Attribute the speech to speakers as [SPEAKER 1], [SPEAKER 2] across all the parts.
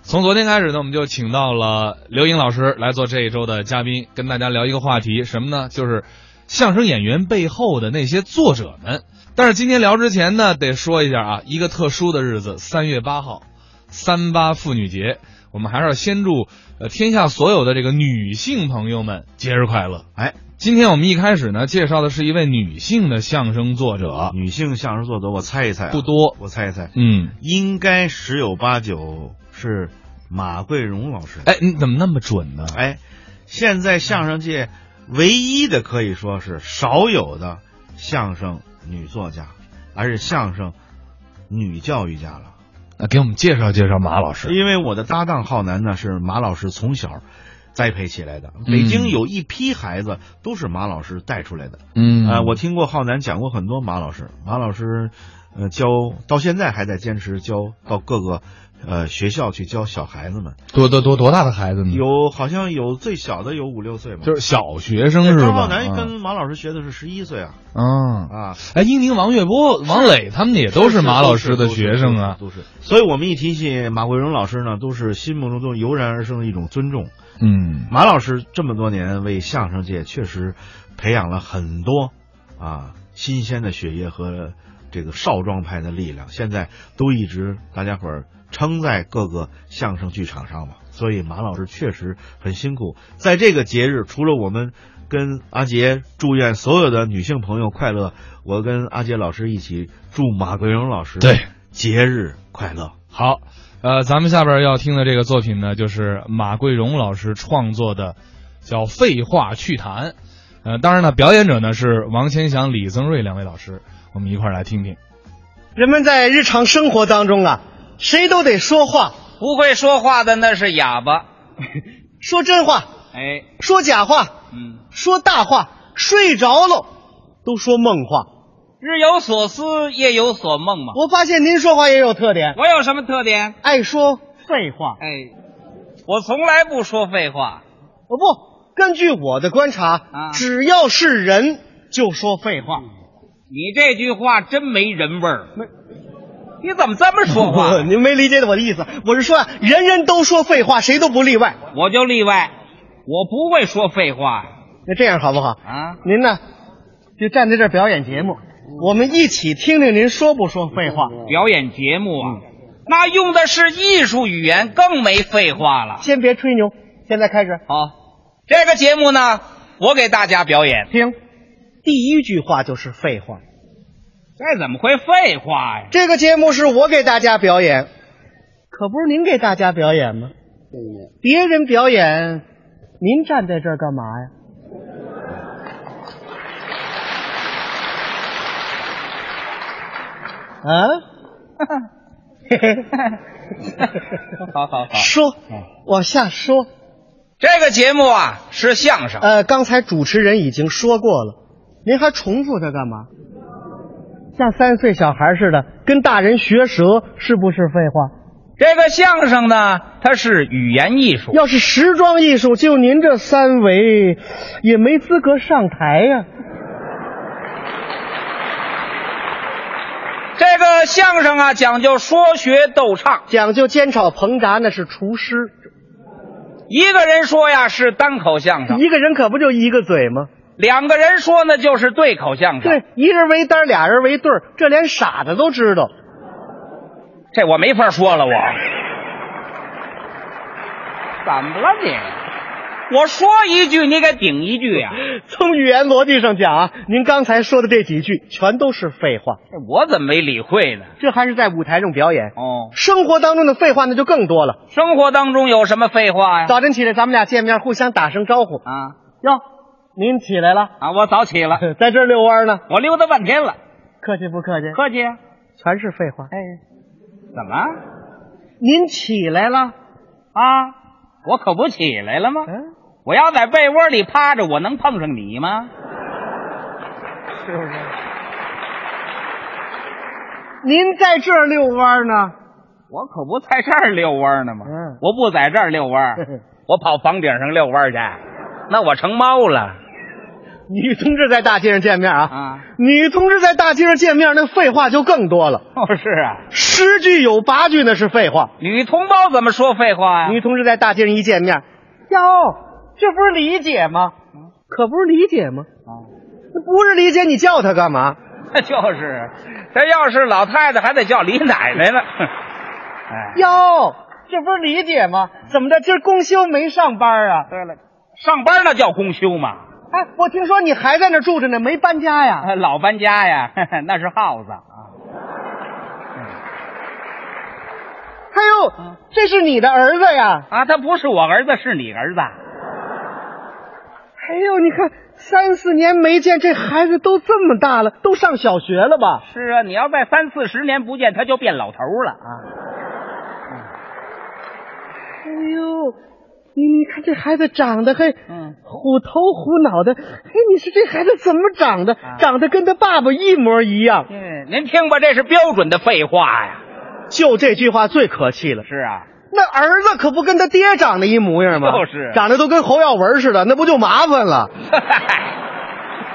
[SPEAKER 1] 从昨天开始呢，我们就请到了刘颖老师来做这一周的嘉宾，跟大家聊一个话题，什么呢？就是相声演员背后的那些作者们。但是今天聊之前呢，得说一下啊，一个特殊的日子，三月八号，三八妇女节，我们还是要先祝呃天下所有的这个女性朋友们节日快乐。
[SPEAKER 2] 哎，
[SPEAKER 1] 今天我们一开始呢，介绍的是一位女性的相声作者，
[SPEAKER 2] 女性相声作者，我猜一猜、啊
[SPEAKER 1] 不，多，
[SPEAKER 2] 我猜一猜，
[SPEAKER 1] 嗯，
[SPEAKER 2] 应该十有八九是马桂荣老师。
[SPEAKER 1] 哎，你怎么那么准呢？
[SPEAKER 2] 哎，现在相声界唯一的可以说是少有的相声女作家，而是相声女教育家了。
[SPEAKER 1] 啊给我们介绍介绍马老师。
[SPEAKER 2] 因为我的搭档浩南呢是马老师从小栽培起来的，北京有一批孩子都是马老师带出来的。
[SPEAKER 1] 嗯
[SPEAKER 2] 呃，我听过浩南讲过很多马老师，马老师，呃，教到现在还在坚持教到各个呃学校去教小孩子们，
[SPEAKER 1] 多多多多大的孩子呢？
[SPEAKER 2] 有好像有最小的有五六岁嘛，
[SPEAKER 1] 嗯就是是小学生是
[SPEAKER 2] 张
[SPEAKER 1] 吧？
[SPEAKER 2] 浩南跟马老师学的是十一岁啊
[SPEAKER 1] 啊，啊
[SPEAKER 2] 啊，
[SPEAKER 1] 哎，英宁、王月波、王磊他们也都是马老师的学生啊。
[SPEAKER 2] 都是，都是所以我们一提起马桂荣老师呢，都是心目中都油然而生的一种尊重。
[SPEAKER 1] 嗯，
[SPEAKER 2] 马老师这么多年为相声界确实培养了很多啊新鲜的血液和这个少壮派的力量，现在都一直大家伙儿撑在各个相声剧场上嘛。所以马老师确实很辛苦，在这个节日，除了我们跟阿杰祝愿所有的女性朋友快乐，我跟阿杰老师一起祝马桂荣老师
[SPEAKER 1] 对
[SPEAKER 2] 节日快乐。
[SPEAKER 1] 好，呃，咱们下边要听的这个作品呢，就是马桂荣老师创作的，叫《废话趣谈》。呃，当然了，表演者呢是王千祥、李增瑞两位老师，我们一块儿来听听。
[SPEAKER 3] 人们在日常生活当中啊，谁都得说话，
[SPEAKER 4] 不会说话的那是哑巴。
[SPEAKER 3] 说真话，
[SPEAKER 4] 哎，
[SPEAKER 3] 说假话，
[SPEAKER 4] 嗯，
[SPEAKER 3] 说大话，睡着喽，都说梦
[SPEAKER 4] 啊
[SPEAKER 3] 话。
[SPEAKER 4] 日有所思，夜有所梦嘛。
[SPEAKER 3] 我发现您说话也有特点，
[SPEAKER 4] 我有什么特点？
[SPEAKER 3] 爱说废话。
[SPEAKER 4] 哎，我从来不说废话。
[SPEAKER 3] 哦不，根据我的观察，
[SPEAKER 4] 啊
[SPEAKER 3] 只要是人就说废话。
[SPEAKER 4] 你这句话真没人味儿。你怎么这么说
[SPEAKER 3] ？
[SPEAKER 4] 话
[SPEAKER 3] 您没理解我的意思，我是说啊人人都说废话，谁都不例外。
[SPEAKER 4] 我就例外，我不会说废话
[SPEAKER 3] 那这样好不好？
[SPEAKER 4] 啊。嗯
[SPEAKER 3] 您呢，就站在这儿表演节目，我们一起听听您说不说废话。
[SPEAKER 4] 表演节目啊，那用的是艺术语言，更没废话了。
[SPEAKER 3] 先别吹牛，现在开始。
[SPEAKER 4] 好，这个节目呢，我给大家表演，
[SPEAKER 3] 听，第一句话就是废话。
[SPEAKER 4] 这怎么会废话呀？
[SPEAKER 3] 这个节目是我给大家表演，可不是您给大家表演吗？别人表演，您站在这儿干嘛呀？啊？
[SPEAKER 4] 好好好。
[SPEAKER 3] 说，往下说。
[SPEAKER 4] 这个节目啊是相声，
[SPEAKER 3] 呃，刚才主持人已经说过了，您还重复它干嘛？像三岁小孩似的跟大人学舌，是不是废话？
[SPEAKER 4] 这个相声呢，它是语言艺术。
[SPEAKER 3] 要是时装艺术，就您这三围，也没资格上台呀、
[SPEAKER 4] 这个相声啊，讲究说学逗唱，
[SPEAKER 3] 讲究煎炒烹炸，那是厨师，
[SPEAKER 4] 一个人说呀是啊单口相声，
[SPEAKER 3] 一个人可不就一个嘴吗？
[SPEAKER 4] 两个人说呢就是啊对口相声。
[SPEAKER 3] 对，一人为单，俩人为对儿，这连傻子都知道。
[SPEAKER 4] 这我没法说了，我怎么了你？我说一句，你给顶一句呀、
[SPEAKER 3] 从语言逻辑上讲啊，您刚才说的这几句全都是废话，
[SPEAKER 4] 这我怎么没理会呢？
[SPEAKER 3] 这还是在舞台上表演。
[SPEAKER 4] 哦，
[SPEAKER 3] 生活当中的废话那就更多了。
[SPEAKER 4] 生活当中有什么废话呀？
[SPEAKER 3] 早晨起来，咱们俩见面，互相打声招呼。
[SPEAKER 4] 啊
[SPEAKER 3] 哟，您起来了，
[SPEAKER 4] 啊！我早 起了，
[SPEAKER 3] 在这儿遛弯呢。
[SPEAKER 4] 我溜达半天了，
[SPEAKER 3] 客气不客气？
[SPEAKER 4] 客气啊？
[SPEAKER 3] 全是废话。
[SPEAKER 4] 哎，怎么
[SPEAKER 3] 您起来了，
[SPEAKER 4] 啊？我可不起来了吗？
[SPEAKER 3] 嗯，
[SPEAKER 4] 我要在被窝里趴着，我能碰上你吗？
[SPEAKER 3] 是不是？您在这儿遛弯 呢？
[SPEAKER 4] 我可不在这儿遛弯呢吗？
[SPEAKER 3] 嗯
[SPEAKER 4] 我不在这 儿遛弯，我跑房顶上遛弯去，那我成猫了。
[SPEAKER 3] 女同志在大街上见面啊，
[SPEAKER 4] 啊
[SPEAKER 3] 女同志在大街上见面，那废话就更多了，
[SPEAKER 4] 哦，是啊，
[SPEAKER 3] 十句有八句那是废话。
[SPEAKER 4] 女同胞怎么说废话呀、
[SPEAKER 3] 女同志在大街上一见面，啊哟，这不是李姐吗？啊可不是李姐吗？那不是李姐，你叫她干嘛？
[SPEAKER 4] 就是，这要是老太太，还得叫李奶奶呢。 哎，
[SPEAKER 3] 哟，这不是李姐吗？怎么的？今儿公休没上班啊？
[SPEAKER 4] 对了，上班那叫公休嘛，
[SPEAKER 3] 哎，我听说你还在那儿住着呢，没搬家呀？
[SPEAKER 4] 啊老搬家呀， 呵呵那是耗子啊。
[SPEAKER 3] 哎呦，这是你的儿子呀！
[SPEAKER 4] 啊，他不是我儿子，是你儿子。
[SPEAKER 3] 哎呦，你看三四年没见，这孩子都这么大了，都上小学了吧？
[SPEAKER 4] 是啊，你要再三四十年不见，他就变老头了啊。
[SPEAKER 3] 哎呦，你你看这孩子长得还
[SPEAKER 4] 嗯，
[SPEAKER 3] 虎头虎脑的，嘿，你说这孩子怎么长的？
[SPEAKER 4] 啊
[SPEAKER 3] 长得跟他爸爸一模一样。
[SPEAKER 4] 嗯，您听吧，这是标准的废话呀。
[SPEAKER 3] 就这句话最可气了，
[SPEAKER 4] 是啊，
[SPEAKER 3] 那儿子可不跟他爹长得一模样吗？
[SPEAKER 4] 就是
[SPEAKER 3] 长得都跟侯耀文似的，那不就麻烦了？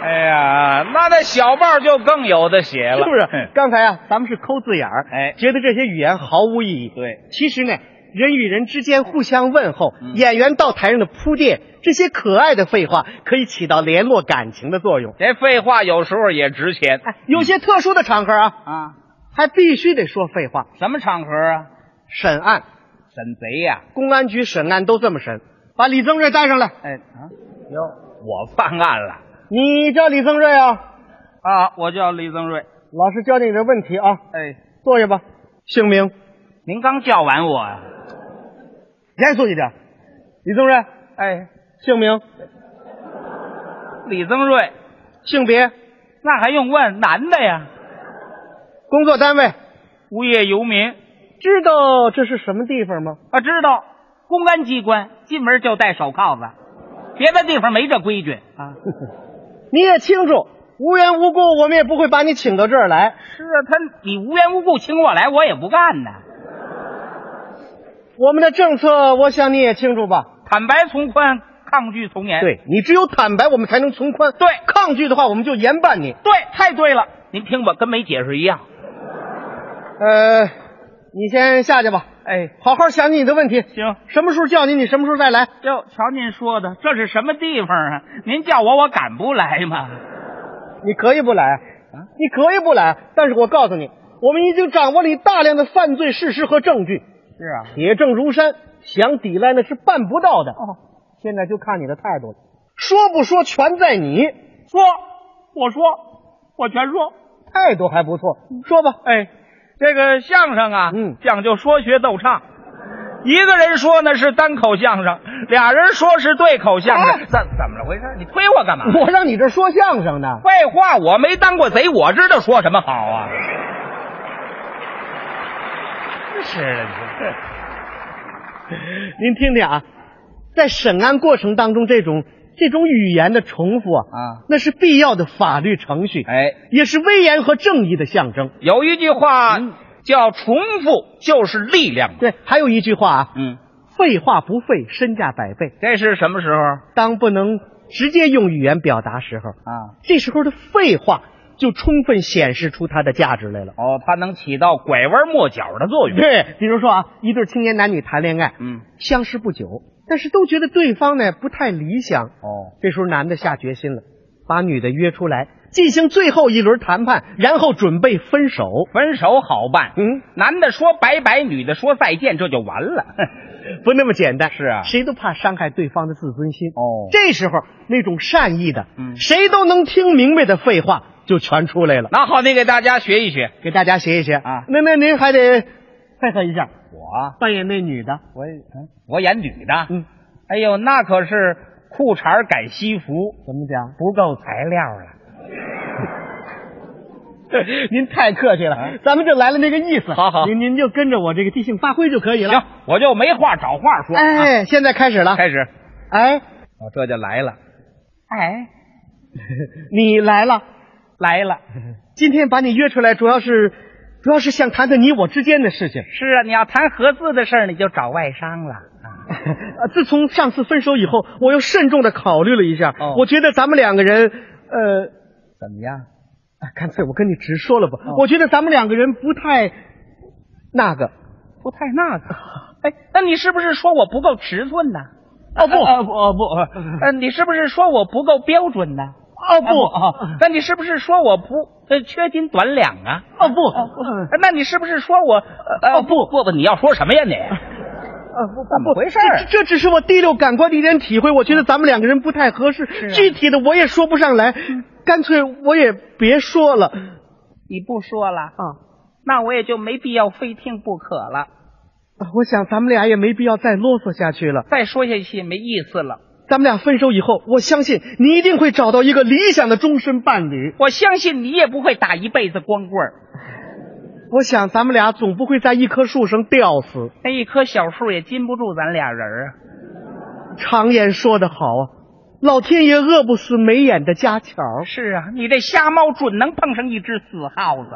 [SPEAKER 4] 哎呀，那那小报就更有的写
[SPEAKER 3] 是
[SPEAKER 4] 了，
[SPEAKER 3] 不是？？刚才啊，咱们是抠字眼儿，
[SPEAKER 4] 嗯哎
[SPEAKER 3] 觉得这些语言毫无意义。
[SPEAKER 4] 对，
[SPEAKER 3] 其实呢，人与人之间互相问候，
[SPEAKER 4] 嗯
[SPEAKER 3] 演员到台上的铺垫，这些可爱的废话可以起到联络感情的作用。
[SPEAKER 4] 这废话有时候也值钱。
[SPEAKER 3] 哎，有些特殊的场合啊，
[SPEAKER 4] 啊，
[SPEAKER 3] 还必须得说废话。
[SPEAKER 4] 什么场合啊？
[SPEAKER 3] 审案，
[SPEAKER 4] 审贼呀、
[SPEAKER 3] 公安局审案都这么审，把李增瑞带上来。
[SPEAKER 4] 哎啊，哟，我犯案了
[SPEAKER 3] 你叫李增瑞啊，
[SPEAKER 4] 啊！我叫李增瑞。
[SPEAKER 3] 老师教你点问题啊，
[SPEAKER 4] 哎，
[SPEAKER 3] 坐下吧。姓名，
[SPEAKER 4] 您刚叫完我啊呀、
[SPEAKER 3] 严肃一点。李增瑞，
[SPEAKER 4] 哎，
[SPEAKER 3] 姓名、
[SPEAKER 4] 李增瑞，
[SPEAKER 3] 性别、
[SPEAKER 4] 那还用问？男的呀，
[SPEAKER 3] 工作单位，
[SPEAKER 4] 无业游民
[SPEAKER 3] 知道这是什么地方吗？
[SPEAKER 4] 啊，知道。公安机关进门就戴手铐子，别的地方没这规矩啊。
[SPEAKER 3] 你也清楚，无缘无故我们也不会把你请到这儿来。
[SPEAKER 4] 是啊，他你无缘无故请我来，我也不干呐。
[SPEAKER 3] 我们的政策，我想你也清楚吧？
[SPEAKER 4] 坦白从宽，抗拒从严。
[SPEAKER 3] 对你只有坦白，我们才能从宽；
[SPEAKER 4] 对
[SPEAKER 3] 抗拒的话，我们就严办你。
[SPEAKER 4] 对，太对了。您听吧，跟没解释一样。
[SPEAKER 3] 呃，你先下去吧，
[SPEAKER 4] 哎，
[SPEAKER 3] 好好想你的问题。
[SPEAKER 4] 行。
[SPEAKER 3] 什么时候叫你，你什么时候再来。
[SPEAKER 4] 哟，瞧您说的，这是什么地方啊？您叫我，我敢不来吗？
[SPEAKER 3] 你可以不来啊，你可以不来，但是我告诉你，我们已经掌握了你大量的犯罪事实和证据，
[SPEAKER 4] 是啊，
[SPEAKER 3] 铁证如山，想抵赖那是办不到的。
[SPEAKER 4] 哦，
[SPEAKER 3] 现在就看你的态度了，说不说全在你，
[SPEAKER 4] 说，我说，我全说。
[SPEAKER 3] 态度还不错。说吧，
[SPEAKER 4] 哎，这个相声啊，
[SPEAKER 3] 嗯
[SPEAKER 4] 讲究说学逗唱。一个人说呢是单口相声，俩人说是对口相声，
[SPEAKER 3] 哎
[SPEAKER 4] 怎怎么回事？你推我干嘛？
[SPEAKER 3] 我让你这说相声呢，
[SPEAKER 4] 废话，我没当过贼，我知道说什么好啊。真是的，
[SPEAKER 3] 您听听啊，在审案过程当中，这种这种语言的重复啊，
[SPEAKER 4] 啊
[SPEAKER 3] 那是必要的法律程序，
[SPEAKER 4] 哎，
[SPEAKER 3] 也是威严和正义的象征。
[SPEAKER 4] 有一句话
[SPEAKER 3] 嗯
[SPEAKER 4] 叫“重复就是力量”嘛。
[SPEAKER 3] 对，还有一句话啊，
[SPEAKER 4] 嗯，
[SPEAKER 3] 废话不废，身价百倍。
[SPEAKER 4] 这是什么时候
[SPEAKER 3] 当不能直接用语言表达时候，
[SPEAKER 4] 啊？
[SPEAKER 3] 这时候的废话就充分显示出它的价值来了。
[SPEAKER 4] 哦，它能起到拐弯抹角的作用。
[SPEAKER 3] 对，比如说啊，一对青年男女谈恋爱，
[SPEAKER 4] 嗯，
[SPEAKER 3] 相识不久，但是都觉得对方呢不太理想。
[SPEAKER 4] 哦，
[SPEAKER 3] 这时候男的下决心了，把女的约出来，进行最后一轮谈判，然后准备分手。
[SPEAKER 4] 分手好办。
[SPEAKER 3] 嗯，
[SPEAKER 4] 男的说拜拜，女的说再见，这就完了。
[SPEAKER 3] 不那么简单。
[SPEAKER 4] 是啊
[SPEAKER 3] 谁都怕伤害对方的自尊心。
[SPEAKER 4] 哦
[SPEAKER 3] 这时候那种善意的，
[SPEAKER 4] 嗯
[SPEAKER 3] 谁都能听明白的废话就全出来了。
[SPEAKER 4] 那好，你给大家学一学。
[SPEAKER 3] 给大家写一写
[SPEAKER 4] 啊
[SPEAKER 3] 那那您还得配合一下，
[SPEAKER 4] 我
[SPEAKER 3] 扮演那女的。
[SPEAKER 4] 我我演女的。
[SPEAKER 3] 嗯，
[SPEAKER 4] 哎呦，那可是裤衩改西服，
[SPEAKER 3] 怎么讲？
[SPEAKER 4] 不够材料了。
[SPEAKER 3] 您太客气了，咱们就来了那个意思。
[SPEAKER 4] 好好
[SPEAKER 3] 您您就跟着我这个即兴发挥就可以了。
[SPEAKER 4] 行，我就没话找话说。啊，
[SPEAKER 3] 哎，现在开始了。
[SPEAKER 4] 开始，
[SPEAKER 3] 哎，
[SPEAKER 4] 我哦这就来了。哎，
[SPEAKER 3] 你来了，
[SPEAKER 4] 来了。
[SPEAKER 3] 今天把你约出来，主要是 主要是想谈谈你我之间的事情。
[SPEAKER 4] 是啊，你要谈合资的事儿，你就找外商了啊。
[SPEAKER 3] 呃自从上次分手以后，我又慎重的考虑了一下，
[SPEAKER 4] 哦
[SPEAKER 3] 我觉得咱们两个人，呃，
[SPEAKER 4] 怎么样？
[SPEAKER 3] 哎干脆我跟你直说了吧，我觉得咱们两个人不太那个。
[SPEAKER 4] 不太那个。哎，那你是不是说我不够尺寸呢？
[SPEAKER 3] 哦不
[SPEAKER 4] 呃不呃不，呃，你是不是说我不够标准呢？
[SPEAKER 3] 哦不
[SPEAKER 4] 啊，那你是不是说我不呃缺斤短两啊？
[SPEAKER 3] 哦不，
[SPEAKER 4] 呃那你是不是说我呃呃不嗯哦不不，你要说什么呀你？怎么回事儿
[SPEAKER 3] 这这只是我第六感官的一点体会，我觉得咱们两个人不太合适，
[SPEAKER 4] 啊
[SPEAKER 3] 具体的我也说不上来，
[SPEAKER 4] 嗯
[SPEAKER 3] 干脆我也别说了
[SPEAKER 4] 你不说了，
[SPEAKER 3] 啊。
[SPEAKER 4] 那我也就没必要非听不可了。
[SPEAKER 3] 啊我想咱们俩也没必要再啰嗦下去了。
[SPEAKER 4] 再说下去没意思了。
[SPEAKER 3] 咱们俩分手以后，我相信你一定会找到一个理想的终身伴侣。
[SPEAKER 4] 我相信你也不会打一辈子光棍儿，
[SPEAKER 3] 我想咱们俩总不会在一棵树上吊死。
[SPEAKER 4] 那一棵小树也禁不住咱俩人儿啊。
[SPEAKER 3] 常言说得好啊，老天爷饿不死没眼的家巧儿。
[SPEAKER 4] 是啊，你这瞎猫准能碰上一只死耗子。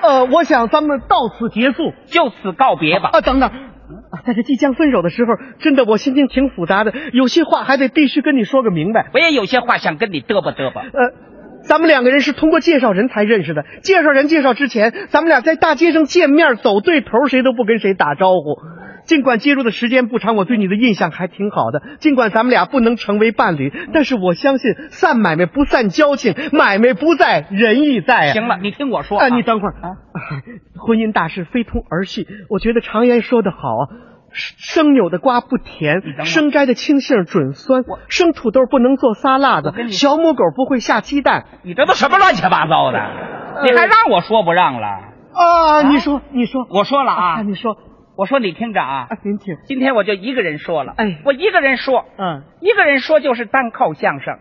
[SPEAKER 3] 呃，我想咱们到此结束。
[SPEAKER 4] 就此告别吧。
[SPEAKER 3] 啊，等等，啊在这即将分手的时候，真的我心情挺复杂的，有些话还得必须跟你说个明白。
[SPEAKER 4] 我也有些话想跟你嘚吧嘚吧。
[SPEAKER 3] 呃，咱们两个人是通过介绍人才认识的，介绍人介绍之前，咱们俩在大街上见面走对头，谁都不跟谁打招呼。尽管接触的时间不长，我对你的印象还挺好的。尽管咱们俩不能成为伴侣，但是我相信散买卖不散交情，买卖不在，仁义在啊。
[SPEAKER 4] 行嗯呃了，你听我说
[SPEAKER 3] 啊，你等会儿啊， 婚姻大事非同儿戏，我觉得常言说得好啊。生扭的瓜不
[SPEAKER 4] 你等会
[SPEAKER 3] 甜，
[SPEAKER 4] 儿
[SPEAKER 3] 生摘的青杏准酸，生土豆不能做沙拉
[SPEAKER 4] 我跟
[SPEAKER 3] 子，
[SPEAKER 4] 你
[SPEAKER 3] 小母狗不会下鸡蛋。
[SPEAKER 4] 你这都什么乱七八糟的？
[SPEAKER 3] 嗯
[SPEAKER 4] 你还让我说不让了？
[SPEAKER 3] 啊，你说，你说，
[SPEAKER 4] 我说了啊，
[SPEAKER 3] 你说
[SPEAKER 4] 我说你听着啊
[SPEAKER 3] 啊，，您请，
[SPEAKER 4] 今天我就一个人说了，
[SPEAKER 3] 哎
[SPEAKER 4] 我一个人说，
[SPEAKER 3] 嗯，
[SPEAKER 4] 一个人说就是单口相声，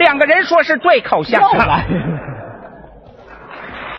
[SPEAKER 4] 两个人说是对口相声。